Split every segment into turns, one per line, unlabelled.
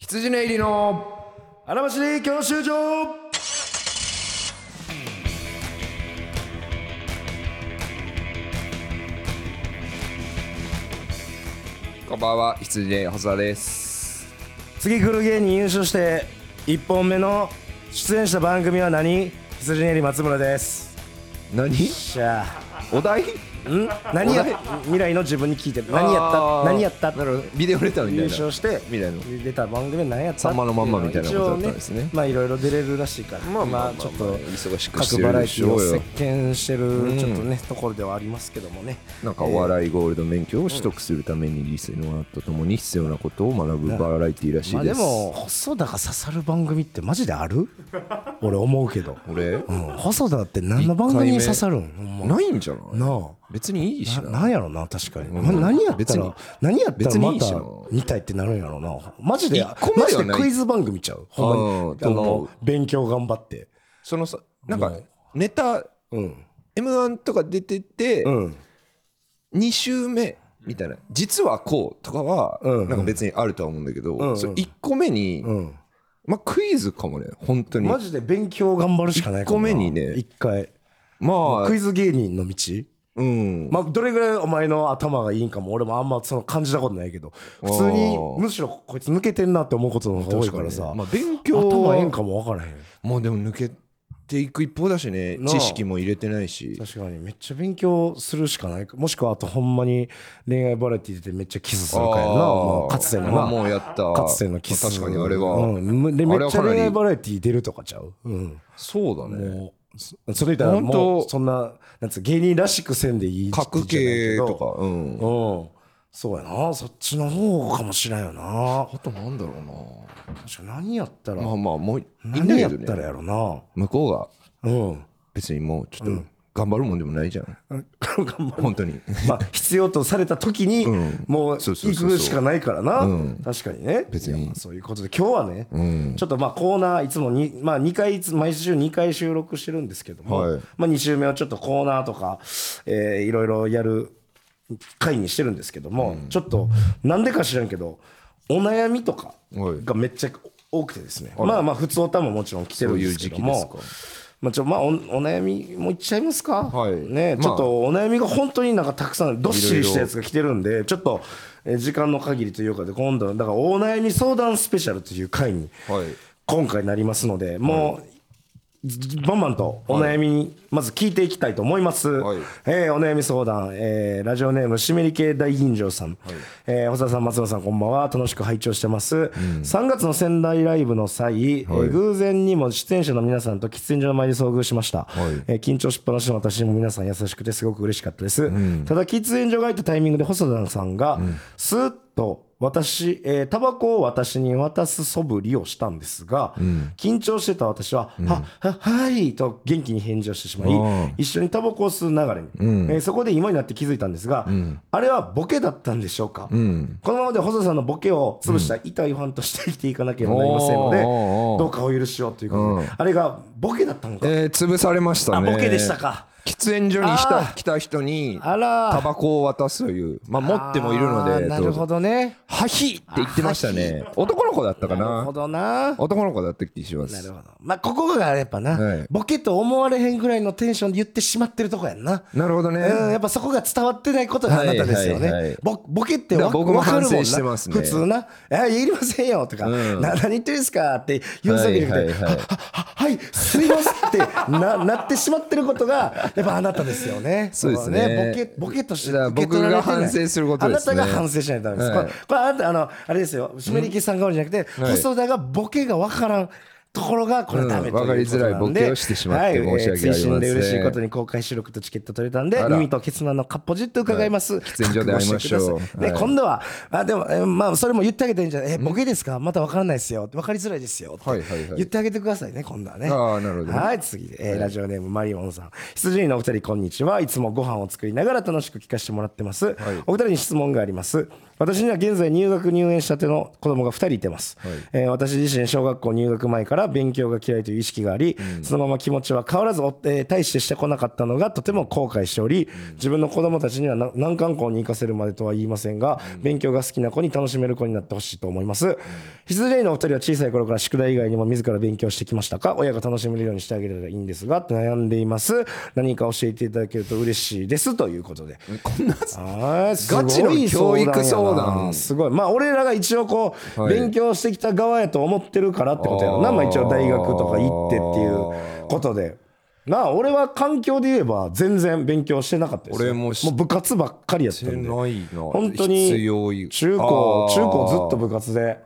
羊の入りの
あらましり教習所
こんばんは羊で細田です
次来る芸人優勝して1本目の出演した番組は何羊ねり松村です
何
しゃ
お題
あん何や未来の自分に聞いてる何やった
あー
何やった
なるほどビデオレターみたいな
優勝して
みたいな
出た番組は何やった
さんまのまんまみたいなことだったんですね
一応まあいろいろ出れるらしいからまあまあちょっと
忙しく
各
してる
バラエ
で
テ
し
ィ
ょ
を
うよ
席巻してるちょっとねところではありますけどもね
なんかお笑いゴールド免許を取得するためにリスナーとともに必要なことを学ぶバラエティーらしい
まあ
で、
ですも細田が刺さる番組ってマジであ る俺思うけど、
俺
うん、細田って何の番組に刺さるんほんま
ないんじゃない
なあ
別にいいし
な
な
なんやろな確かに、
うん
な何やった
別に
ら何やったら
別にい
ま
いしたな
見たいってなるんやろなマジで
一個
マ
まで
ジ
は
で
ない
クイズ番組ちゃうほんま
う
に
んと
あ
思う
の勉強頑張って
そのさなんか
もう
ネタ
うん
m 1とか出てて、
うん
2週目みたいな実はこうとかは
うんうん
なんか別にあるとは思うんだけど、
んうん
それ1個目に、
うん
まあ、クイズかもね本当に
マジで勉強頑張るしかないかもな
一個目にね
一回
まあ
クイズ芸人の道
うん、
まあどれぐらいお前の頭がいいんかも俺もあんまその感じたことないけど普通に
あー
むしろこいつ抜けてんなって思うことの方が多いから
確
さ
にまあ、勉強
頭ええん
は
かも分からへん
もうでも抜けていく一方だしね
なあ
知識も入れてないし
確かにめっちゃ勉強するしかないかもしくはあとほんまに恋愛バラエティー出てめっちゃキスするかやな
ー
まあ、かつてのな、
まあもうやった
かつてのキス、
まあ確かにあれは、
うん、でめ
あれ
っ
は
ちゃ
かなり
恋愛バラエティー出るとかちゃう、うん、
そうだね
もうそそれ言ったらも
本
う
当
そんななんつう芸人らしくせんでいい
格系とかうん
うんそうやなそっちの方かもしれんよな
あとなんだろう
確かに何やったら、
なまあまあもういいんだ
何
け
やっ
ど
たら
ね
やろな
向こうが
うん
別にもうちょっと頑張るもんでもないじゃん、
頑張る
本当に
まあ、必要とされた時に、
ん
もう
そうそう
行
そうそう
くしかないからな、
うん
確かにね
別に
いやそういうことで今日はね、
うん
ちょっとまあコーナーいつもに、まあ、2回いつ毎週2回収録してるんですけども、
はい
まあ、2週目はちょっとコーナーとか、えーいろいろやる回にしてるんですけども、ちょっとなんでか知らんけどお悩みとか
はい
がめっちゃ多くてですね、まあまあ普通おたももちろん来てるんですけども
そういう時期です
まあ、ちょまあおお悩みもいっちゃいますか、
はい
ね、
まあ
ちょっとお悩みが本当になんかたくさんどっしりしたやつが来てるんでちょっとえー時間の限りというかで今度はだからお悩み相談スペシャルという回に
はい
今回なりますのでもうずバンバンとお悩みにまず聞いていきたいと思います、
はい
えーお悩み相談、えーラジオネーム湿り系大吟醸さん、えー細田さん松野さんこんばんは楽しく拝聴してます、3月の仙台ライブの際、えー
はい
偶然にも出演者の皆さんと喫煙所の前で遭遇しました、
い
えー緊張しっぱなしの私にも皆さん優しくてすごく嬉しかったです、ただ喫煙所が入ったタイミングで細田さんがスーッと私、えータバコを私に渡す素振りをしたんですが、緊張してた私は、は、は、はいと元気に返事をしてしまい、
うん
一緒にタバコを吸う流れに、えーそこで今になって気づいたんですが、あれはボケだったんでしょうか、このままで細田さんのボケを潰した痛いファンとして生きていかなければなりませんので、
おーおー
どうかお許しをということで、あれがボケだったのか、
えー、潰されました
あ
ね
ボケでしたか
喫煙所にし
あ
た
ー
来た人に
あら
タバコを渡すというまあ持ってもいるの
あ
で
ーなるほ
ど
どね
うぞはひって言ってましたね男の子だったか
なる
な
ほどな
男の子だった気しま
なる
す
ほどまあここがやっぱな、
はい
ボケと思われへんぐらいのテンションで言ってしまってるとこやんな
なるほどね
うん、やっぱそこが伝わってないことがあなたですよね。
はいはいはい
ボボケって
だか
わ
ら僕も
わかるもんな
反省してますね
普通な「えいりませんよ」とか「
うん
な何言ってるんですか」って言うさびにくて「は
はいはいはい
はははいすいません」ってな なってしまってることがやっぱあなたですよね。
そうですね
ボケボケとして
だから
受け取られてない
僕が反省することですね
あなたが反省しないとダメです。
はい
これこれあなたあのあれですよ湿り気さんがおるんじゃなくて、
はい
細田がボケがわからん。ところがこれダメとい
うん
うことなんで、
わかりづらいボケをしてしまって申し訳ありません
はいえー追伸で嬉しいことに公開収録とチケット取れたんで
あら
耳とケツの穴をかっぽじって伺います、
い喫煙所で会いましょう
覚悟てくださいで
はい
今度はあでも、えーまあ、それも言ってあげていいんじゃないえボケですかまた分からないですよ分かりづらいですよって
はいはいはい
言ってあげてくださいね今度はね
ああなるほど
はい次、えーラジオネームマリオンさん羊のお二人こんにちはいつもご飯を作りながら楽しく聞かせてもらってます、お二人に質問があります私には現在入学入園したての子供が二人いてます、えー私自身小学校入学前からから勉強が嫌いという意識があり、そのまま気持ちは変わらず、おえー対してしてこなかったのがとても後悔しており、自分の子供たちにはな難関校に行かせるまでとは言いませんが、勉強が好きな子に楽しめる子になってほしいと思います。羊、のお二人は小さい頃から宿題以外にも自ら勉強してきましたか親が楽しめるようにしてあげればいいんですが、と悩んでいます。何か教えていただけると嬉しいですということで。
こんな
ガ
ガチの教育相談
すごいまあ俺らが一応こう、
はい
勉強してきた側やと思ってるからってことやろな
あー
まあ一応大学とか行ってっていうことでなあ俺は環境で言えば全然勉強してなかったですよ
俺もし
う部活ばっかりやった
して
んで
ないな
本当に
必要い
中高
あー
中高ずっと部活で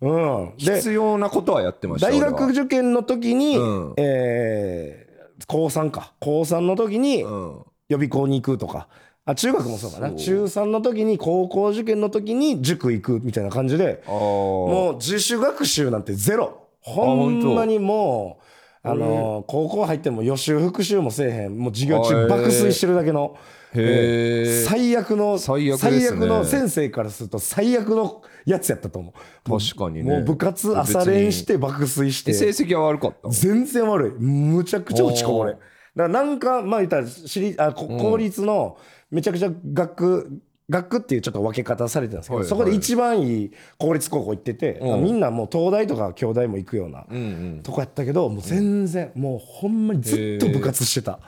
うんで
必要なことはやってました
大
俺は
学受験の時に、
うん
えー高3か高3の時に、
うん
予備校に行くとかあ中学もそうかな
そう
中3の時に高校受験の時に塾行くみたいな感じで
ああ
もう自主学習なんてゼロほんまにもうあのー高校入っても予習復習もせえへんもう授業
へ
中
ー
爆睡してるだけの
へー
最悪の
最悪ですね
最悪の先生からすると最悪のやつやったと思うもう
確かにね
もう部活朝練して爆睡して
え成績は悪かった
全然悪いむちゃくちゃ落ちこぼれ
おー
だからなんかまあ言ったら私立あこ
うん
公立のめちゃくちゃ学学っていうちょっと分け方されてたんですけど、
はいはい
そこで一番いい公立高校行ってて、
うん
みんなもう東大とか京大も行くような
うんうん
とこやったけどもう全然、もうほんまにずっと部活してた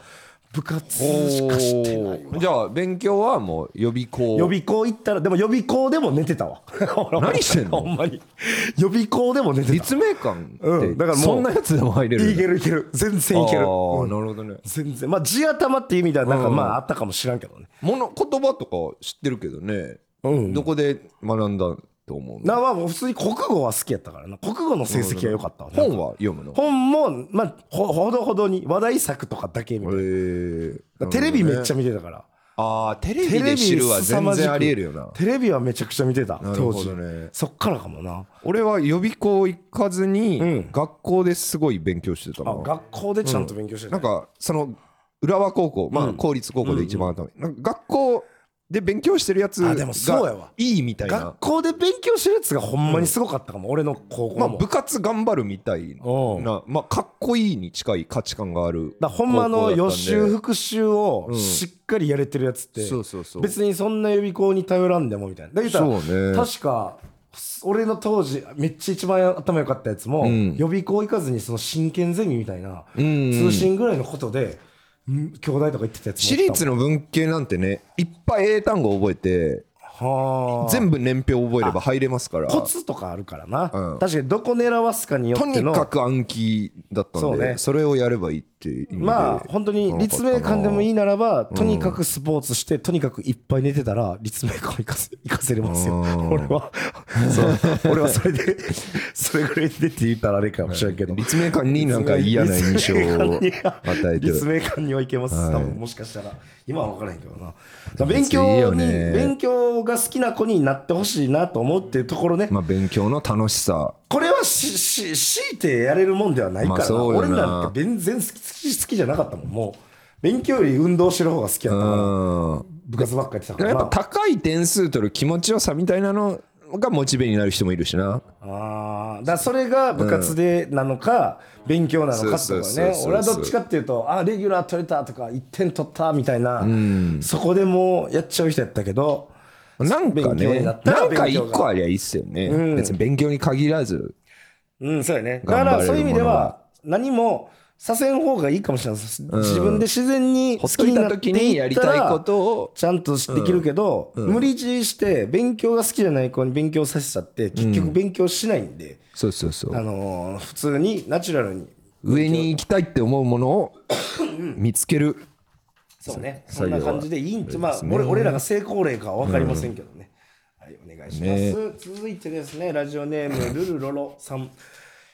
部活しかしてないわ
おーじゃあ勉強はもう予備校
予備校行ったらでも予備校でも寝てたわ
何してん の
ほんまに予備校でも寝てた
立命館って、
うんだからもう
そんなやつでも入れる
いけるいける全然いける
あー
うん
なるほどね
全然まあ地頭っていう意味ではなんか
うん
まああったかもしらんけどね、
もの言葉とか知ってるけどね、
うん
どこで学んだと思うの
なまあ普通に国語は好きやったからな国語の成績は良かったわ、ね、
本は読むの
本もまあほほどほどに話題作とかだけみたいな、
へえ
テレビめっち
ゃ
ゃ見てたから、
ああテレ
テ
ビ
レ
で
ビ
知るは
凄
全
まじく
然ありえるよな
テレビはめちゃくちゃ見てた
なる
当
ほ
時
どね
そっからかもな
俺は予備校行かずに、
うん
学校ですごい勉強してた
あ
な
学校でちゃんと勉強してた、
なんかその浦和高校まあ
うん
公立高校で一番頭いい、なんか学校で勉強してるやつ
あでもそうやわ
がいいみたいな
学校で勉強してるやつがほんまにすごかったかも、俺の高校
まあ、
も、
部活頑張るみたい
うん
な、まあ、かっこいいに近い価値観がある
だからほんまの予習
高校だっ
復習を
うん
しっかりやれてるやつった
ん
て、
でそうそうそう
別にそんな予備校に頼らんでもみたいな。だけど、
そうね
確か、俺の当時、めっちゃ一番頭良かったやつも、
うん
予備校行かずに、その真剣ゼミみたいな、
うん
通信ぐらいのことで、ん兄弟とか行ってたやつも
私立
の
の文系なんてねいっぱい英単語覚えて
はあ
全部年表覚えれば入れますから
コ
と
ツとかあるからな、
うん
確かにどこ狙わすかによって
に
の
かく暗記だったんで
そ
そ,、
うね
れをやればいいっていう意味で
まあ本当に立命館でもいいならばとにかくスポーツしてとにかくいっぱい寝てたら立命館行かせ行かせれますよ
うん
俺は そう俺はそれでそれぐらいでって言ったらあれかもしれんけど
立命館になんか嫌な印象を与えて
立
る
命館には行けます、
はい
多分もしかしたら今は分からへんけどなだから勉強
いいよ
に
ね
勉強が好きな子になってほしいなと思うっていうところね、
まあ勉強の楽しさ
これはしし強いてやれるもんではないから
ま
な、
あそうよ
俺
な
なんて全然好き好き好きじゃなかったもんもう勉強より運動してる方が好きや
う
ったから
ん
部活ばっかりやってたから
やっ
な
ぱ高い点数取る気持ちよさみたいなのがモチベになる人もいるしな
あーだからそれが部活でなのか、勉強なのかってと
そう
か
そうそう
ね
そう
俺はどっちかっていうとあレギュラー取れたとか1点取ったみたいな、そこでもうやっちゃう人やったけど
なんか
勉強
ね
にな
な
ったら
んか
勉強
一
が
個ありゃいいっすよね、
ん
別に勉強に限らず
うんそうやねだか
頑張
ら
れるも
そ
のは
ういう意味では何もさせん方がいいかもしれないです、自分で自然に好
ほっ
き
とい
に
た
なって
時
い
に
ったら
やりたいことを
ちゃんとできるけど、無理強いして勉強が好きじゃない子に勉強させちゃって結局勉強しないんで、
そうそうそう
あのー普通にナチュラルに
上に行きたいって思うものを見つける
そうね
さ
そんな感じでいいんちまあ俺俺らが成功例かは分かりませんけどね、はいお願いします、
ね
続いてですねラジオネームルルロロさん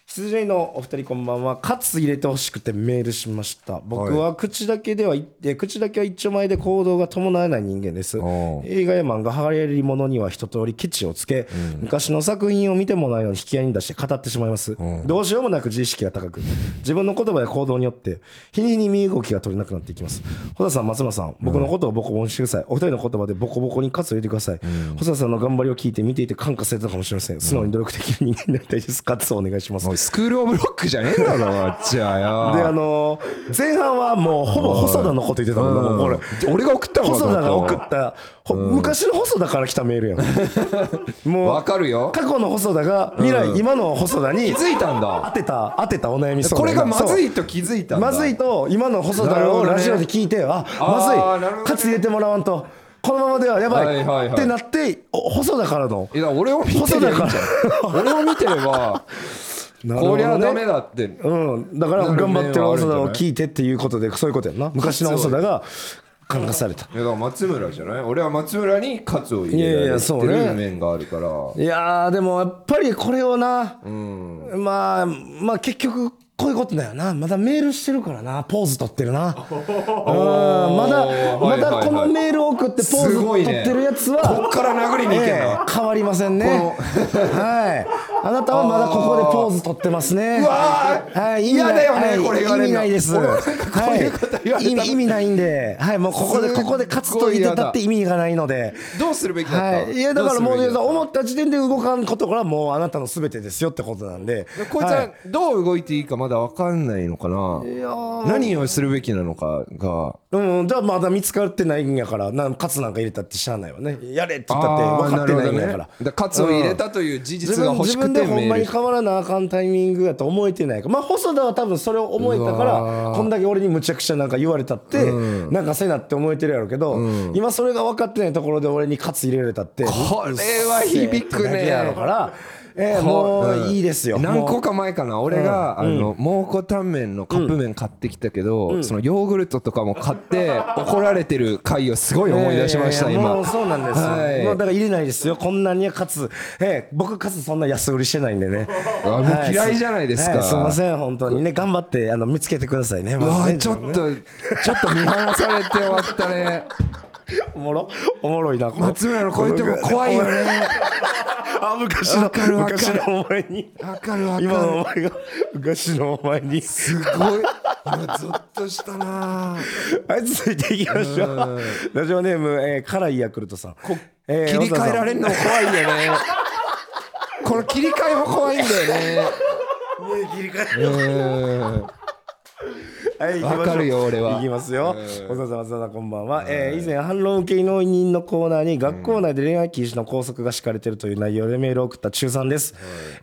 羊のお二人こんばんはカツ入れてほしくてメールしました僕は口だけでは、い、え口だけは一丁前で行動が伴えない人間です
おう
映画や漫画流行りものには一通りケチをつけ、昔の作品を見てもないのに引き合いに出して語ってしまいます、どうしようもなく自意識が高く自分の言葉や行動によって日に日に身動きが取れなくなっていきます保田さん松村さん僕のことをボコボコにしてくださいお二人の言葉でボコボコに喝を入れてください、細田さんの頑張りを聞いて見ていて感化されたかもしれません素直に努力できる人間になりたいです喝をお願いします、
おスクールオブロックじゃねえんだぞ、あっちはよ。
であのー前半はもうほぼ細田のこと言ってたもんなもうこれ
うん俺が送ったのかと
細
思
田
った
が
わ
送ったほ昔の細田から来たメールやん も
わかるよ
過去の細田が未来、今の細田に
気づいた
当
んだ。
てた当てたお悩み相
こ
談
れがまず
そう
いと気づいたんだ。
まずいと今の細
な
田
るほ
を
どね
ラジオで聞いてあ
あーなるほ
まず
ど
い
ね
かつ入れてもらわんとこのままではやばい,、
はいはいはい
ってなってお細田からの
いや俺を見てればいいんじゃん俺を見てれば、こりゃダメだって。
うん、だから
なる
頑張ってる
面はある
細
んじゃない
田を聞いてっていうことでそういうことやんな昔の細田が感化された
いやだから松村じゃない俺は松村にカツを入れ
いやい
ら
や
れて
そうね
る面があるから
いやーでもやっぱりこれをな、まあまあ結局こういうことだよなまだメールしてるからなポーズ取ってる なうんまだま
はいはい
だ
はい
このメールを送ってポーズ
すごい
取
ね
ってるやつは
こっから殴りに行けんな
ええ変わりませんね はいあなたはまだここでポーズ取ってますね
うわー
はい、
嫌だよね
はい
これ言われ
意
るの
味ないです
俺なんかこういうこと言われた
はい、意味意味ないんで、はい、もうここでここで勝つと言ってたって意味がないので
どうするべきだった
はい、いやだからもう
どす
ね
るべきだっ
思った時点で動かんことからもうあなたの全てですよってことなんで
たこいつ
は
はどう動いていいかまだ分かんないのかな、
いいやー
何をするべきなのかが
うん、じゃあまだ見つかってないんやからなんカツなんか入れたってしゃあないわねやれって言ったって分かってないんやから
だからカツを入れたという事
自
実が
分
欲
自
しく
分
て
でほん
メ
ま
ー
に
ル
変わらなあかんタイミングやと思えてないかまあ細田は多分それを思えたか
う
ら
わー
こんだけ俺にむちゃくちゃなんか言われたってなんかせなって思えてるやろうけど今それが分かってないところで俺にカツ入れられたって
これは響くね
やろからええもういいですよ
何個
か
か前かな俺が、あの蒙古タンメンのカップ麺買ってきたけど、そのヨーグルトとかも買って 怒られてる回をすごい思い出しました、
ええ
今
もうそうなんですよ、
はい
もうだから入れないですよこんなには勝つ、ええ僕勝つそんな安売りしてないんでね
あもう
は
嫌いじゃないですか
はすいません本当にね頑張ってあの見つけてくださいね,、
う
ま
わ
ずね
ちょっとちょっと見放されて終わった ね
おもろおもろいなこの
松村のこういうとこ怖いよね
あ昔の
わかるわかる
昔のお前に
わかるわかる
今のお前が昔のお前に
すごい今ゾッとしたな
はい続いていきましょうラジオネーム、えー、辛いヤクルトさん、えー
切り
小田
替
さ
え
ん
られんのも怖いよねこの切り替えも怖いんだよねうん
はい、
わかるよ俺はい
きますよ。小沢さん、松田さん、こんばんは。えー以前、反論受けの人のコーナーに、学校内で恋愛禁止の校則が敷かれているという内容でメールを送った中3です。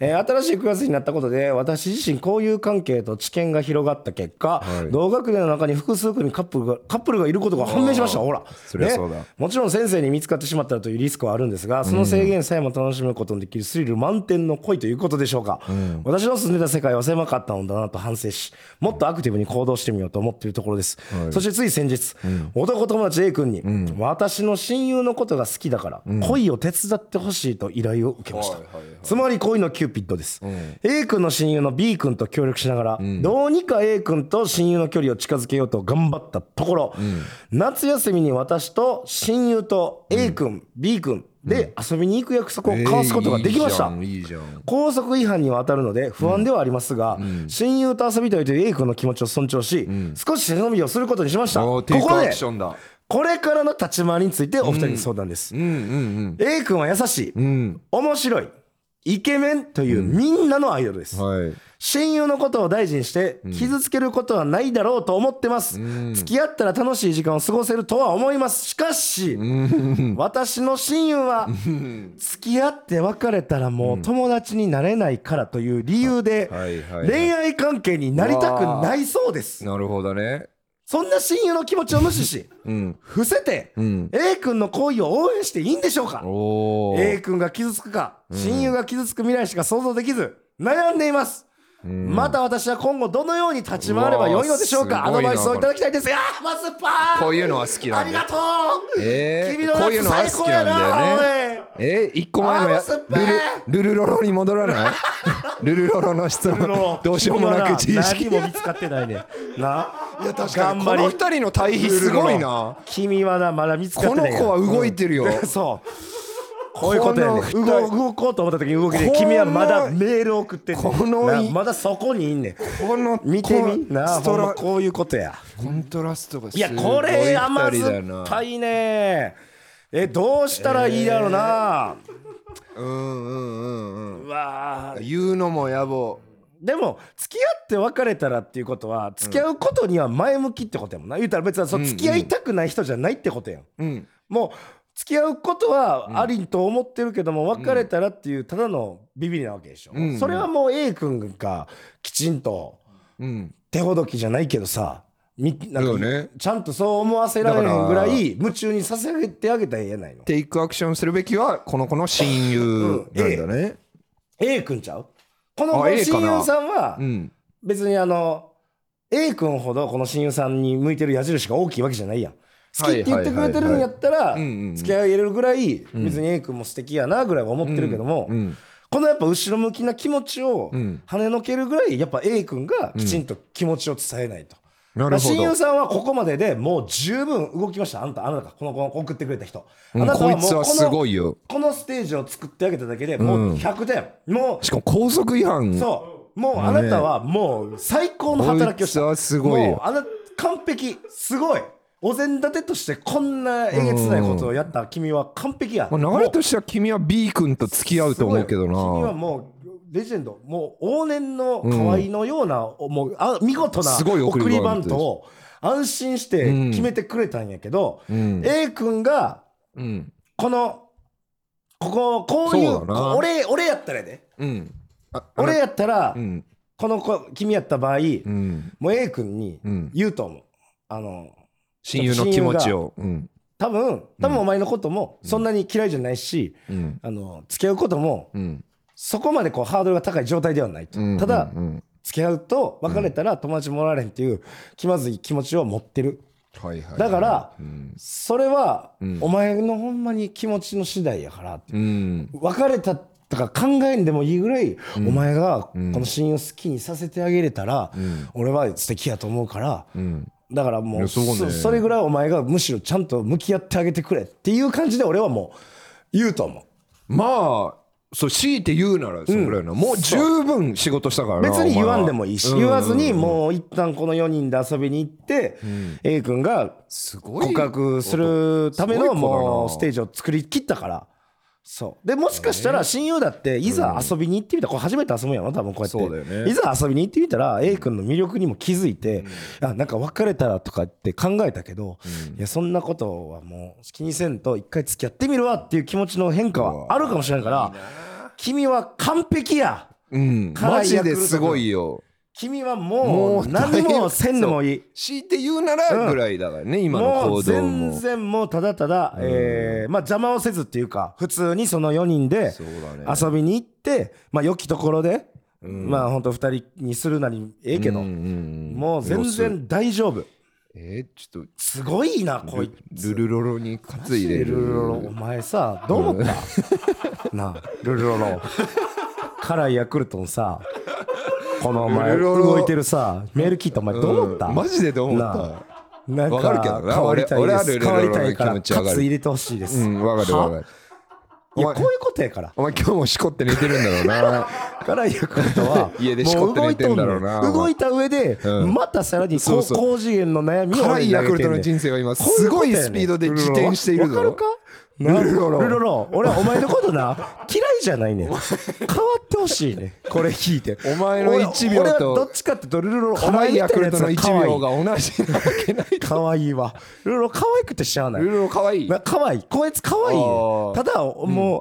えー新しいクラスになったことで、私自身、交友関係と知見が広がった結果、同学年の中に複数組カップルが、カップルがいることが判明しました。ほら。
そりゃそうだ
もちろん先生に見つかってしまったらというリスクはあるんですが、その制限さえも楽しむことのできるスリル満点の恋ということでしょうか。私の住んでた世界は狭かったのだなと反省し、もっとアクティブに行動してみようと思っているところです。そしてつい先日、男友達 A 君に、私の親友のことが好きだから、恋を手伝ってほしいと依頼を受けました。つまり恋のキューピッドです、A 君の親友の B 君と協力しながら、どうにか A 君と親友の距離を近づけようと頑張ったところ、夏休みに私と親友と A 君、B 君で遊びに行く約束を交わすことができました、
えーいいじゃんいいじゃん
高速違反には当たるので不安ではありますが、親友と遊びたいという A 君の気持ちを尊重し、少し背伸びをすることにしました
お
こ
ーテイク
こ
ア
で
クションだ
これからの立ち回りについてお二人に相談です、
うん
A 君は優しい、
うんうん
面白いイケメンというみんなのアイドルです、
うんはい
親友のことを大事にして傷つけることはないだろうと思ってます、付き合ったら楽しい時間を過ごせるとは思いますしかし、私の親友は付き合って別れたらもう友達になれないからという理由で
はいはいはい
恋愛関係になりたくないそうです
なるほどね
そんな親友の気持ちを無視し
うん
伏せて
うん
A 君の行為を応援していいんでしょうか
おお
A 君が傷つくか親友が傷つく未来しか想像できず悩んでいます、また私は今後どのように立ち回ればよいのでしょうか
うわーす
ア
ご
ド
いな
バイスをいただきたいですがまずパー
こういうのは好きな
あ
ん
り
だ
がとう、
えー
君の
こうい
夏
うのは
最
好
高
きな
や
んだよね
なおい
え一個前
あ
の
ー
や
酸っぱい
ルルルルロロに戻ら ないルルロロの質問どうしようもなく自意識い
何も見つかってないねな
や確かにこ
頑張
の二
り
人の対比すごいな
君はなまだ見つかって
この
ないから
子は動いてるよ、
そうこういうことやね
こ
動
の二人
動こうと思った時に動きで
この
君はまだメールを送ってんねん
この
なまだそこにいんねん
この
見てみ
こ
なあ
スト
ほんま
ラ
こういうことや
コントラストがす
い
ごい
やこれ甘
二人だ
酸
な
っぱいねえどうしたらいいやろな、
うんうんうんうん
うわあ
言うのも野暮
でも付き合って別れたらっていうことは付き合うことには前向きってことやもんな言うたら別にその付き合いたくない人じゃないってことやん、
うん
もう付き合うことはありと思ってるけども別れたらっていうただのビビりなわけでしょ、
うん
それはもう A 君がきちんと
うん
手ほどきじゃないけどさみなんか
そうね
ちゃんとそう思わせられへんぐら
だから
い夢中にさせてあげたらええないの
テイクアクションするべきはこの子の親友なんだね
A 君ちゃうこの
あ
この
A かな
親友さんは
うん
別にあの A 君ほどこの親友さんに向いてる矢印が大きいわけじゃないやん好きって言ってくれてるんやったら
いはいはいうんうん
付き合い入れるぐらい別に A 君も素敵やなぐらいは思ってるけども
うん
このやっぱ後ろ向きな気持ちを
うん
跳ねのけるぐらいやっぱ A 君がきちんと気持ちを伝えないと。
な
ま
る
あ
ほ
親
ど
友さんはここまででもう十分動きましたあんたあなたかこの子送ってくれた人、
うん
あなた
こいつ
もう
は
こ
す
の
ごいよ
このステージを作ってあげただけでもう100点、も
しかも高速違
う
反
そうもうあなたはもう最高の働きをした
こいつはすごいよ
もうあな完璧すごいお膳立てとしてこんなえげつないことをやった君は完璧や、
まあ、流れとしては君は B 君と付き合うと思うけど
すごい君は
な
もうレジェンドもう往年の河合のような、もうあ見事な
すごい送
送
り
り
バ
バ
ン
ン
ト
トを安心して決めてくれたんやけど、
うん
A 君が
うん
このこここうい
そううだな
俺俺やったらやで
うんああ
俺やったら、
うん
この子君やった場合、
うん
もう A 君に
うん
言うと思う。あの
親友の気持ちをうん
多分多分お前のこともそんなに嫌いじゃないし、
うん
あの付き合うことも
うん
そこまでこうハードルが高い状態ではないと、
うん
ただ
うん
付き合うと別れたら友達もおられへんっていう気まずい気持ちを持ってる
はいはいはい
だから
うん
それは
うん
お前のほんまに気持ちの次第やからって
うん
別れたとか考えんでもいいぐらいお前がこ
うん
の親友好きにさせてあげれたら
うん
俺は素敵やと思うから
うん
だからも
いうやそうね
そそれぐらいお前がむしろちゃんと向き合ってあげてくれっていう感じで俺はもう言うと思う
まあそう強いて言うならそのぐらいな、もう十分仕事したからな
別に言わんでもいいし言わずに
う
もう一旦この4人で遊びに行って
んうん、
A 君が
すごい
告白するため
すご
の
い子だな
もうステージを作り切ったからそうでもしかしたら親友だっていざ遊びに行ってみたらこれ初めて遊ぶんやろ多分こう
そうだ
や
よ
っ
ね
ていざ遊びに行ってみたら A 君の魅力にも気づいてあなんか別れたらとかって考えたけどいやそんなことはもう気にせんと一回付き合ってみるわっていう気持ちの変化はあるかもしれんから君は完璧や
うんマジですごいよ
君は
も
も
う
う
大
何もせんでもいい
強いて言うならぐらいだからね、今の
も
行
う
動
全
も
然もうただただ、えーまあ、邪魔をせずっていうか普通にその4人で
そうだね
遊びに行って、まあ、良きところで、まあ本当2人にするなりええけど、
うんうんん
もう全然大丈夫
えーちょっ
すごいな
と
こいつ
ルルロロに担いでる
ルルロロお前さどう思った、な あルルロロ辛いヤクルトのさこのお前
ルルロロ
動いてるさメール聞いたお前どう思った、
んマジでどう思っ
な
た
なん
わかるけどな
変わりたい
俺
で
俺あ
す。
る
変わりたいから、カ
ルルロの気持ちわかる
ツ入れてほしいです。
うんわかるわか
は
る
いや、
お前
こういうことやから。
お前今日もしこって寝てるんだろうな、
からいうことは
家でしこって寝てんだろうな
もう動いとんねん動いた上で、
うん
またさらに
そう
高
そう
高次元の悩みを
辛
俺
い
に投
ヤ
げ
クル
てん
ト
ね
の
ん。
人生が今
こう
す
うこ
ご
とやねん
いスピードで自転している
わかる
ぞ
かな
ル
ル
ル
ル
ロ
ロ
ロ
ロ俺はお前のことな嫌いじゃないねん変わってほしいねんこれ聞いて
お前の一秒と
俺はどっちかっていうとルルロロお
辛
前
い
み
ヤ
た
ク
いなや
ルト
つ
の
は
1
可愛
秒
い
が同じなわけない
可愛いわル ルロ可愛くてしゃあない
ルルロ可愛い
まあ可愛いこいつ可愛い
あ
ね
ー
ただも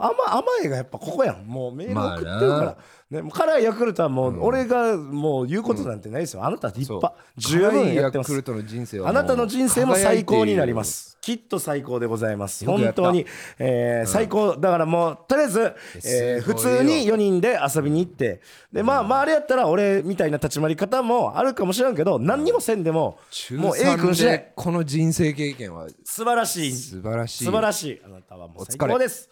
う甘,、甘えがやっぱここやんもうメール送ってる
ま
か
あ
ら、
な
ね、もう辛いヤクルトはもう俺がもう言うことなんてないですよ、あなた立派十
辛
分
い
や
ヤ
ってま
クル
す
トの人生はも
あ
う
なたの人生も最高になりま
輝いている
すきっと最高でございます
よくや
本
った
当に、えー最高だからもうとりあえず、えー
す
普
ごいよ
通に4人で遊びに行ってでまあまああれやったら俺みたいな立ち回り方もあるかもしれんけど何にもせんでも
中
もう A 君
3
次第
でこの人生経験は
素晴らしい
素晴らしい
素晴らしいあなたはもう最高です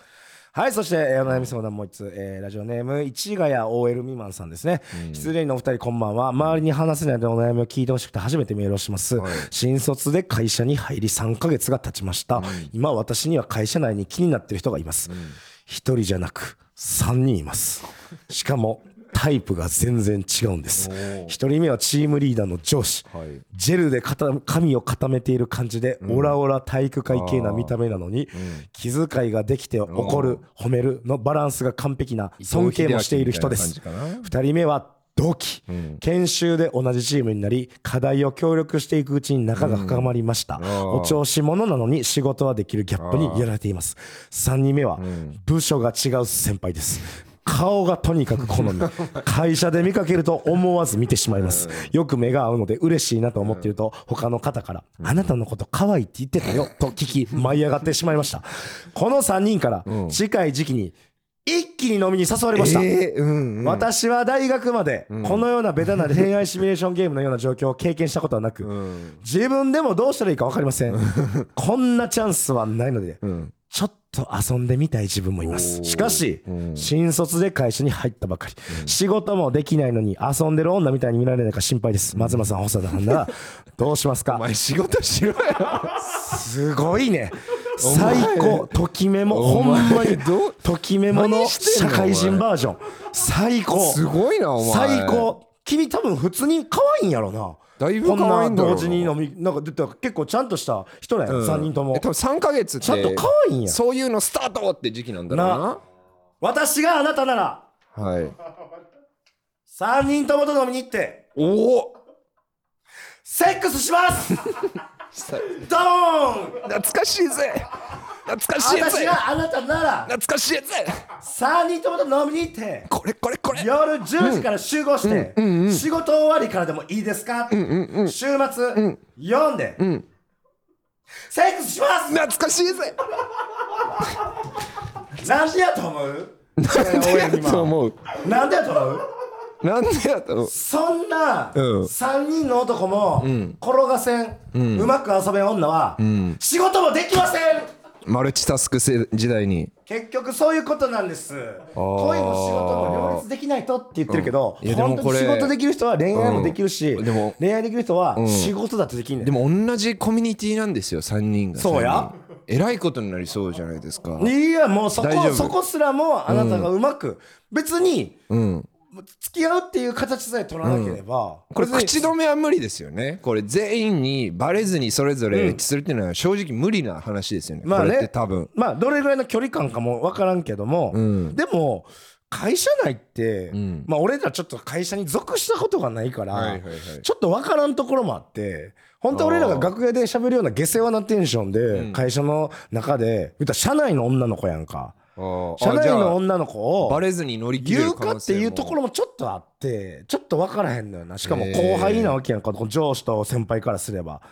はいそして、えーお悩み相談もう一つ、えーラジオネーム市ヶ谷 OL 未満さんですね、失恋のお二人こんばんは周りに話せないでお悩みを聞いてほしくて初めてメールをします、
はい
新卒で会社に入り3ヶ月が経ちました、今私には会社内に気になってる人がいます、一人じゃなく3人いますしかもタイプが全然違うんです一人目はチームリーダーの上司、
はい
ジェルで固め髪を固めている感じで、オラオラ体育会系な見た目なのに、気遣いができて怒る、褒めるのバランスが完璧な尊敬もしている人です
伊藤英明みたいな感じかな
2人目は同期、研修で同じチームになり課題を協力していくうちに仲が深まりました、お調子者なのに仕事はできるギャップにやられています3人目は部署が違う先輩です顔がとにかく好み会社で見かけると思わず見てしまいますよく目が合うので嬉しいなと思っていると他の方から「あなたのこと可愛いって言ってたよ」と聞き舞い上がってしまいましたこの3人から近い時期に一気に飲みに誘われました、
えーうんうん
私は大学までこのようなベタな恋愛シミュレーションゲームのような状況を経験したことはなく、自分でもどうしたらいいか分かりま せんこんなチャンスはないので、ちょっと遊んでみたい自分もいますしかし、新卒で会社に入ったばかり、仕事もできないのに遊んでる女みたいに見られないか心配です松村さん細田さん ならどうします
お
か
前仕事しろよ
すごいね最高ときめもほ
お
ん
前
まにときめもの
何して
社
んの
会人バージョン最高
すごいなお前
最高君多分普通に可愛いんやろな
だいぶ可愛いんだろう
こ
な
んな同時に飲みなんかだって結構ちゃんとした人なんや、
うん
3人とも
え多分3ヶ月って
ちゃんと可愛いんや
そういうのスタートって時期なんだろ
私があなたなら
うなはい
3人ともと飲みに行って
おお
セックスし ます
さ
ドーン
懐かしいぜ懐かしい
私
ぜ
があなたなら
懐かしいぜ
3人ともと飲みに行って
これこれこれ
夜10時から集合して、仕事終わりからでもいいですか、週末、読んで、セックスします
懐かしいぜ
何時やと思う
なんでやと思う
なんでやと思う
なんでやと思う
そんな
うん
3人の男も転がせん、うまく遊べん女は、仕事もできません
マルチタスクせ時代に
結局そういうことなんです恋も仕事も両立できない人って言ってるけど、
うんいやでも
本当に仕
これ
事できる人は恋愛もできるし、
うんでも
恋愛できる人は仕事だってできんねん
でも同じコミュニティなんですよ3人が
そうや
えらいことになりそうじゃないですか
いやもうそ
大丈
こ
夫
そこすらもあなたがうまく、別に
うん
付き合うっていう形さえ取らなければ、
これ
別に
口止めは無理ですよねこれ全員にバレずにそれぞれ一致するっていうのは正直無理な話ですよね、
まあ
これっ
ね
て多分
まあどれぐらいの距離感かも分からんけども、
ん
でも会社内って、
ん
まあ俺らちょっと会社に属したことがないから、
はいはいはい
ちょっと分からんところもあって本当俺らが楽屋で喋るような下世話なテンションで会社の中で言ったら社内の女の子やんか
あ
社内の
あ
女の子を
バレずに乗り切れ
言
る
うか
可能
って
性も
いうところもちょっとあってちょっと分からへんのよなしかも
へー
後輩なわけやんか上司と先輩からすれば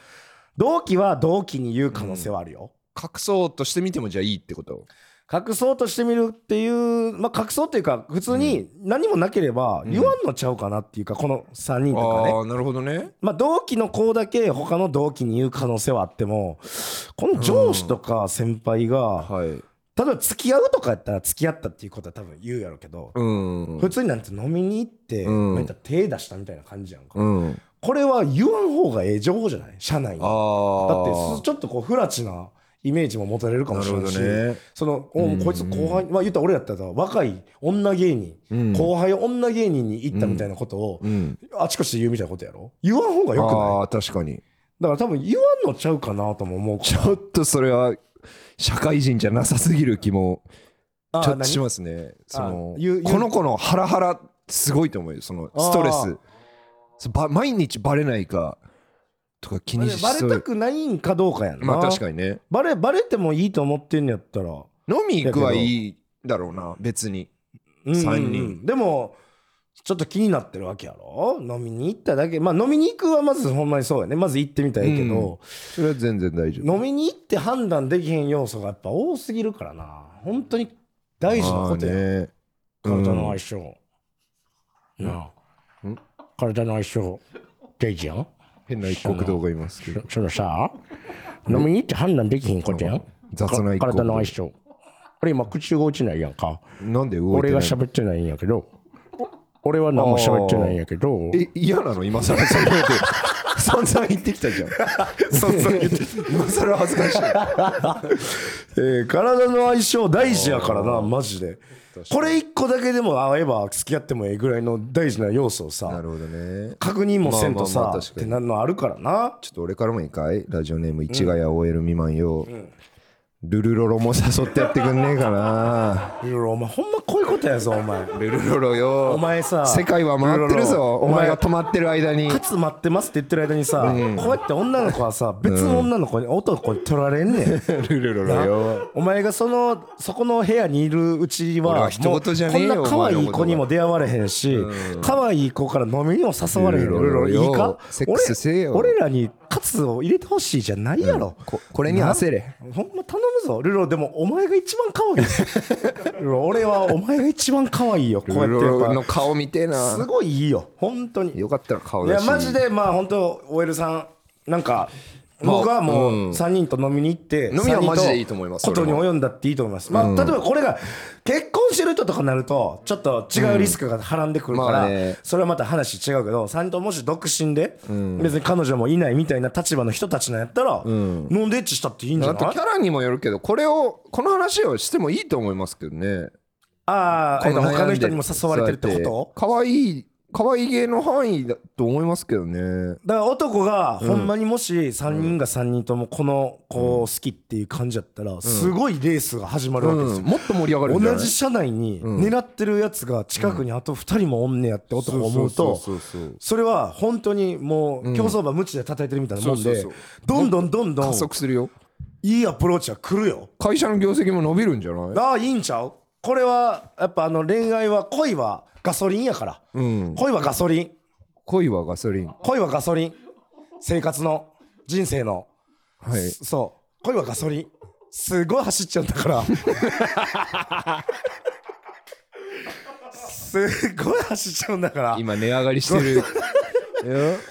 同期は同期に言う可能性はあるよ、
隠そうとしてみてもじゃあいいってこと
隠そうとしてみるっていうまあ隠そうっていうか普通に何もなければ言わんのちゃうかなっていうかこの3人とかね
ああなるほどね
まあ同期の子だけ他の同期に言う可能性はあってもこの上司とか先輩が
はい
例えば付き合うとかやったら付き合ったっていうことは多分言うやろうけど
うん
普通になんて飲みに行って、
うん
まあ言ったら手出したみたいな感じやんか、
うん
これは言わん方がええ情報じゃない社内に
あ
だ
あ
ってすちょっとこう不らちなイメージも持たれるかもしれないし、
なるほどね
そのおこいつ後輩まあ言ったら俺やったら若い女芸人、
うん
後輩女芸人に行ったみたいなことを、
うん
あちこちで言うみたいなことやろ言わん方がよくない
ああ確かに
だから多分言わんのちゃうかなとも思う
ちょっとそれは社会人じゃなさすぎる気も
あ
ちょっとし
何
ますね。その
言う言う
この子のハラハラすごいと思うよ。そのストレ
あ
ス
ー。
そうば毎日バレないかとか気にし
バ
そ
レた
う。
くないんかどうかやんな、
まあ確かにね。
バレバレてもいいと思ってんのやったら
飲み行くはいいだろうな別に。三人
でもちょっと気になってるわけやろ飲みに行っただけまあ飲みに行くはまずほんまにそうやねまず行ってみたらいいけど、
それは全然大丈夫。
飲みに行って判断できへん要素がやっぱ多すぎるからな本当に大事なことや、
ね。うん
体の相性、なあ体の相性大事やん
変な一国道がいますけど。
そのさ飲みに行って判断できへんことやん
雑な一国
体の
道
相。性これ今口が落ちないやんか
なんで動いて
俺
な
が
い
喋ってないんやけど俺は何も喋ってないんやけど
え嫌なの今更そんなこと。 散々言ってきたじゃん。 散々言って。今更恥ずかし
え
い。
ー体の相性大事やからなマジでこれ一個だけでも合えば付き合ってもええぐらいの大事な要素を
な
さ
るほどね。
確認もせんと
まあまあ
さ
まあ
っ
確か
て
に
なんのあるからな
ちょっと俺からもいいかいラジオネーム市ヶ谷 OL 未満よ、ルルロロも誘ってやってくんねえかな
ルルロお前ほんまこういうことやぞお前
ルルロロよ
お前さ
世界は回ってる
ルルロ
ぞお前が止まってる間に
かつ待ってますって言ってる間にさ、こうやって女の子はさ別の女の子に、男に取られんねん
ルルロロ
な
よ
お前がそのそこの部屋にいるうち
俺
は
は一言じゃねえよ
もうこんな可愛い子にも出会われへんし可愛い子から飲みにも誘われへん
ルルロ
い
よ
いか
セックスせえよ
俺俺らにカツを入れてほしいじゃないやろ、
ここれに焦れ
ほんま頼むぞルロでもお前が一番可 愛いルロ俺はお前が一番可愛いよこうや
ル
って
ルロロ
や
の
っ
顔見てえ
ぱす
な
ごいいいよ本当に
よかったら顔
い
だ
や
し
マジでまあ本当 OL さんなんか
まあ
僕はもう
うん
3人と飲みに行って
飲みはマジでいいと思います
ことに及んだっていいと思いますまあ例えばこれが結婚してる人とかになるとちょっと違うリスクがはらんでくるか
ま
ら
あね
それはまた話違うけど3人ともし独身で別に彼女もいないみたいな立場の人たちなんやったら飲んでっちしたっていいんじゃ
あと
ない
キャラにもよるけどこれをこの話をしてもいいと思いますけどね
ああえっと
こ
他
悩ん
の
で
人にも誘われてるってこと
可愛い可愛い芸の範囲だと思いますけどね
だから男がほんまにもし3人が3人ともこの子を好きっていう感じやったらすごいレースが始まるわけです
う
よ
ん、もっと盛り上がるんじゃな
同
い
じ車内に狙ってるやつが近くにあと2人もおんねやってことを思うと
そうそうそうそう
それは本当にもう競走馬無知で叩いてるみたいなもん
そう
で
そうそう
どんどんどんどん
加速するよ
いいアプローチは来るよ
会社の業績も伸びるんじゃない
ああいいんちゃうこれはやっぱあの恋愛は恋はガソリンやから
うん
恋はガソリン
恋はガソリンは
恋はガソリン生活の人生の
い
そう恋はガソリンすごい走っちゃうんだから すごい走っちゃうんだから
今値上がりして るよ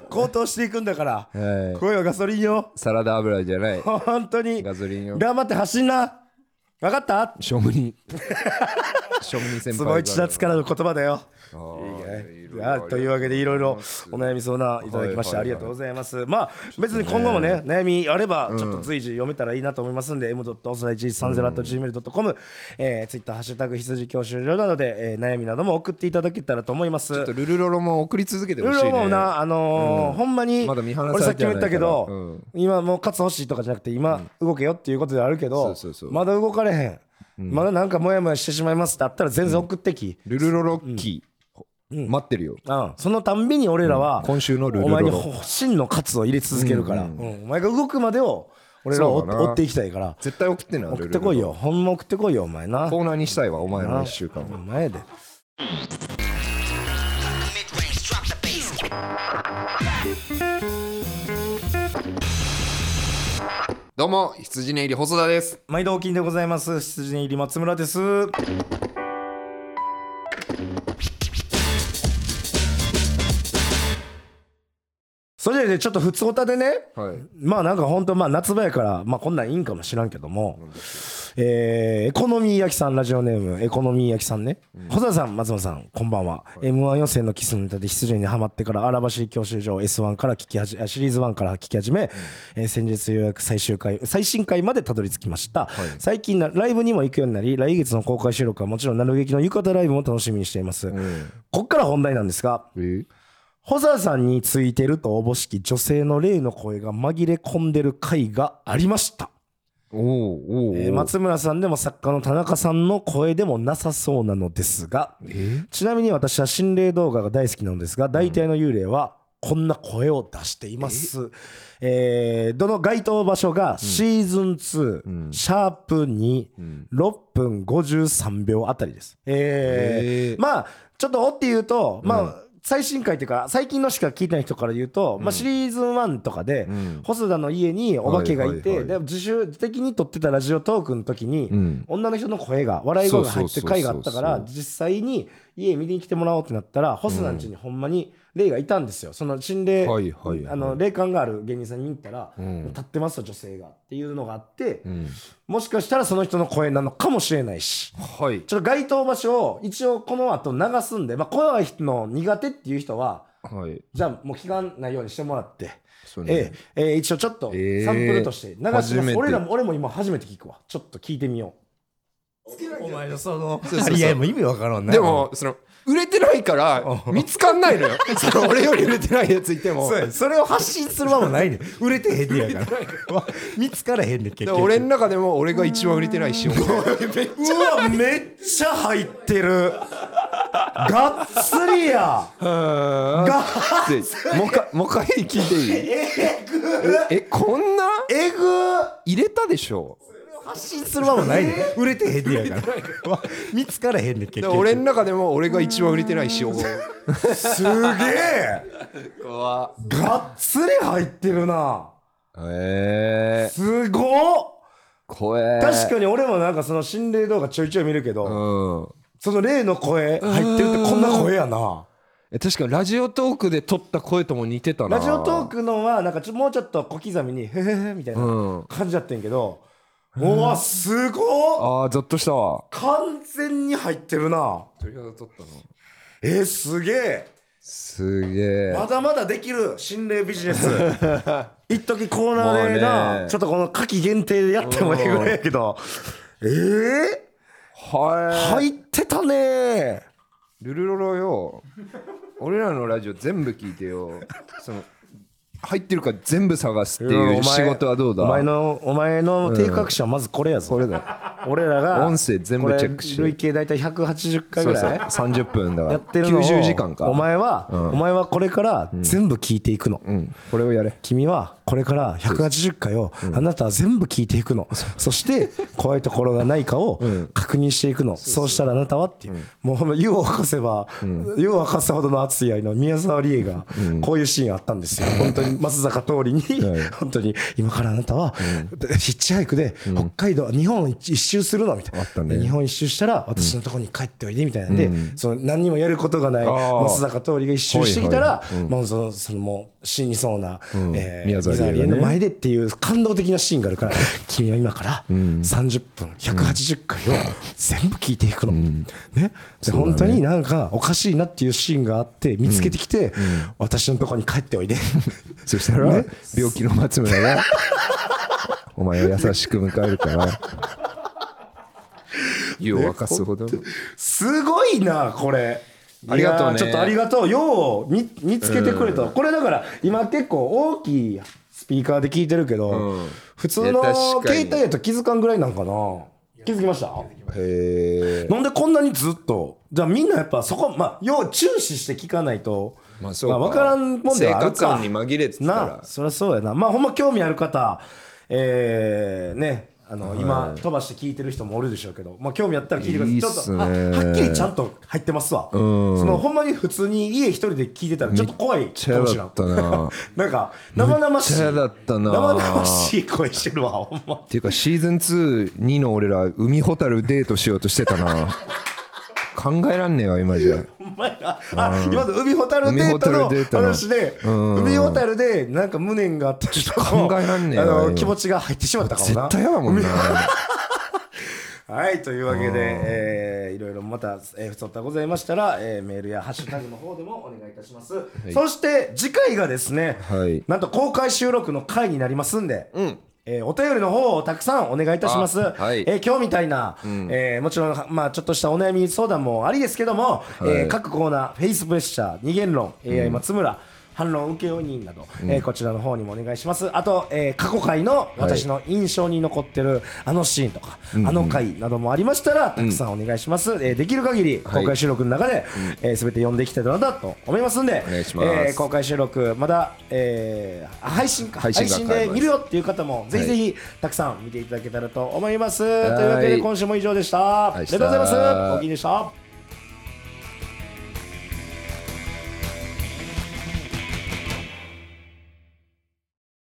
高騰していくんだから
はい
恋はガソリンよ
サラダ油じゃない
本当に
ガソリンよ
頑張って走んな分かった
庶務 に庶務に先輩
すごい血だつからの言葉だよ
あーいろいろあ
あ
りが
というわけでいろいろお悩み相談いただきましてあ
はい
り
はい
がと
はい
うございます、まあ別に今後もね悩みあればちょっと随時読めたらいいなと思いますんで、m o s a i 1 3 0 g m a i l c o m えー、ツイッターハッシュタグ羊教習所などで、えー、悩みなども送っていただけたらと思います
ちょっとルルロロも送り続けて
ル
ほし
ル
いね
もなあのーほんまに
まだ見放されては
俺さっきも言
ないから
ったけど、
う
今もう勝つ欲しいとかじゃなくて今動けよっていうことであるけど、
そうそうそう
まだ動かれへん、まだなんかモヤモヤしてしまいますってあったら全然送ってき、
ルルロロッキー待ってるよ
うん、そのたんびに俺らは、
うん今週のルール
お前に
ロロ
真のカツを入れ続けるから、うんお前が動くまでを俺らを
そう
追
だ
っ
な
追っていきたいから
絶対送ってな
送ってこい
ルルロ
よほんま送ってこいよお前な
ロコーナーにしたいわお前の一週間
お
は
前やで
Mid-range, drop the bass.
どうも羊ねいり細田です
毎度お金でございます羊に入り松村ですそれでねちょっと普通おたでね
はい
まあなんか本当まあ夏場やからまあこんなんいいんかもしらんけども、えーエコノミー焼きさんラジオネームエコノミー焼きさんね、細田さん松本さんこんばんは、m 1予選のキスのネタで羊にハマってから荒走り教習所を S1 から聞き始めシリーズ1から聞き始め、えー先日ようやく最終回最新回までたどり着きました、最近なライブにも行くようになり来月の公開収録はもちろんなる劇の浴衣ライブも楽しみにしています、こっから本題なんですが
え
ホザーさんについてるとおぼしき女性の霊の声が紛れ込んでる回がありました、
おーおーお
えー
ー
松村さんでも作家の田中さんの声でもなさそうなのですが
え
ちなみに私は心霊動画が大好きなのですが大体の幽霊はこんな声を出しています、えーどの該当場所がシーズン2、
うん
シャープ2、
うん
6分53秒あたりです。えー
えー
まあちょっとおっていうと、まあ最新回というか最近のしか聞いてない人から言うと、まあ、シリーズン1とかで、
ん
細田の家にお化けがいて、
はいはいは
で
い
自主的に撮ってたラジオトークの時に、
うん
女の人の声が笑い声が入ってる回があったか
そうそう
ら
そうそ
実際に家見に来てもらおうってなったら細田の家にほんまに霊がいたんですよ。その心霊、
はいはいはい
あの霊感がある芸人さんに行ったら、
うん
立ってますと女性がっていうのがあって。
うん
もしかしたらその人の声なのかもしれないし、
はい
ちょっと該当場所を一応この後流すんで、まあ、怖い人の苦手っていう人は、
はい
じゃあもう聞かないようにしてもらって、
そう
ええええ一応ちょっとサンプ
ええ
ルとして流します、
初めて
俺らも俺も今初めて聞くわ。ちょっと聞いてみよう。お前のその
張り合い
も意味わからん
でもその売れてない から見つかんないのよその俺より売れてないやついても
そうやそれを発信する場もないねん売れてへんねやからわ 見つからへんねん結
で
局
俺の中でも俺が一番売れてないし
うわめっちゃ入ってるがっつりやが
でもうかもう一回聞いていいええこんな
えぐ
入れたでしょ
発信する場もないねん売れてへんねやからわ見つからへんねん結
で
局
俺の中でも俺が一番売れてないしお
すげえ
は
がっつり入ってるな
ええ
すごっ
怖え
確かに俺もなんかその心霊動画ちょいちょい見るけど、
うん
その霊の声入ってるってこんな声やな
え確かにラジオトークで撮った声とも似てたな
ラジオトークのはなんかちょもうちょっと小刻みに「へへへ」みたいな
うん
感じだってんけど、うわすごっ
ああゾッとしたわ
完全に入ってるな
鳥肌撮ったの
えー、すげえ
すげえ
まだまだできる心霊ビジ ネス一時コーナーで
もう
な、
ね
ちょっとこの夏季限定でやってもええぐらいやけどえー、
はい
入ってたねー
ルルロロよ俺らのラジオ全部聞いてよその入ってるか全部探すっていう仕事はどうだ
お前のお前の定格者はまずこれやぞ、
これだ
俺らが
音声全部チェックして
これ累計大体180回
そ
ぐ
う
らい
そう30分だから
やってるのを
90時間か
お前は、お前はこれから全部聞いていくの、
うんこれをやれ
君はこれから180回をあなたは全部聞いていくの、そして怖いところがないかを確認していくの、そうしたらあなたはっていう、もう湯を沸かせば、湯を沸かせほどの熱い愛の宮沢りえがこういうシーンあったんですよ、本当に松坂桃李に、本当に今からあなたはヒッチハイクで北海道、日本一周するのみたいな
ったね
で日本一周したら私のところに帰っておいでみたいなんで、その何にもやることがない
あー
松坂桃李が一周してきた
はい
ら
はい、
もうそのそのもう死にそうな、えー
宮
宮
沢
沢
りえがね
りえの前でっていう感動的なシーンがある から、君は今から30分180回を全部聞いていくの。ね。で、本当になんかおかしいなっていうシーンがあって、見つけてきて、私のとこに帰っておいで。
そしたら、
ね
病気の松村 がお前を優しく迎えるから湯を沸かすほど
すごいな、これ。
ありがとうね
いやーちょっとありがとう。よう見見つけてくれた。これだから、今結構大きいスピーカーで聞いてるけど、
うん
普通
い
の
や確かに
携帯やと気づかんぐらいなんかな。気づきました
へえ
なんでこんなにずっとじゃあみんなやっぱそこまあ要は注視して聞かないと、
まあそうか
分からんもんではあるか
生活感に紛れてたら
なあそりゃそうやなまあほんま興味ある方えー、ねあの今飛ばして聞いてる人もおるでしょうけど、まあ、興味あったら聞いてください
いいっ
ちょっと
すね
ははっきりちゃんと入ってますわそのほんまに普通に家一人で聞いてたらちょっと怖い
ちゃ
か
や
もし
だ
れん
ったなっ
なんか生々しい
めっちゃ嫌だったな
生々しい声してるわほんま
ていうかシーズン22の俺ら海ほたるデートしようとしてたな考えらんねえわ今じゃ
お前が、あ、今の海ホタルデート
海ホ
の
タルデートの
話で、
うん
海ホタルで、なんか無念があった人の
考えらんねえ
あ
わ
の、
今
気持ちが入ってしまったかも
絶
な。
対やだもんな
はい、というわけで、えー、いろいろまた、えー、ふつおたございましたら、えー、メールやハッシュタグの方でもお願いいたします。そして、次回がですね、
はい
なんと公開収録の回になりますんで、えーお便りの方をたくさんお願いいたします。
あはい
えー今日みたいな、えーもちろん、まあ、ちょっとしたお悩み相談もありですけども、えー各コーナー、フェイスプレッシャー、二元論、AI 松村、反論請負人など、えーこちらの方にもお願いします。あと、えー過去回の私の印象に残ってるあのシーンとか、あの回などもありましたら、たくさんお願いします。えーできる限り公開収録の中で、えー全て読んでいきたいなと思いますんで、
お願いします
えー公開収録、まだ、えー配信か、
配
配
信
信
が
で見るよっていう方も、ぜひぜひたくさん見ていただけたらと思います。というわけで、今週も以上でした。ありがとうございます。おきにでした。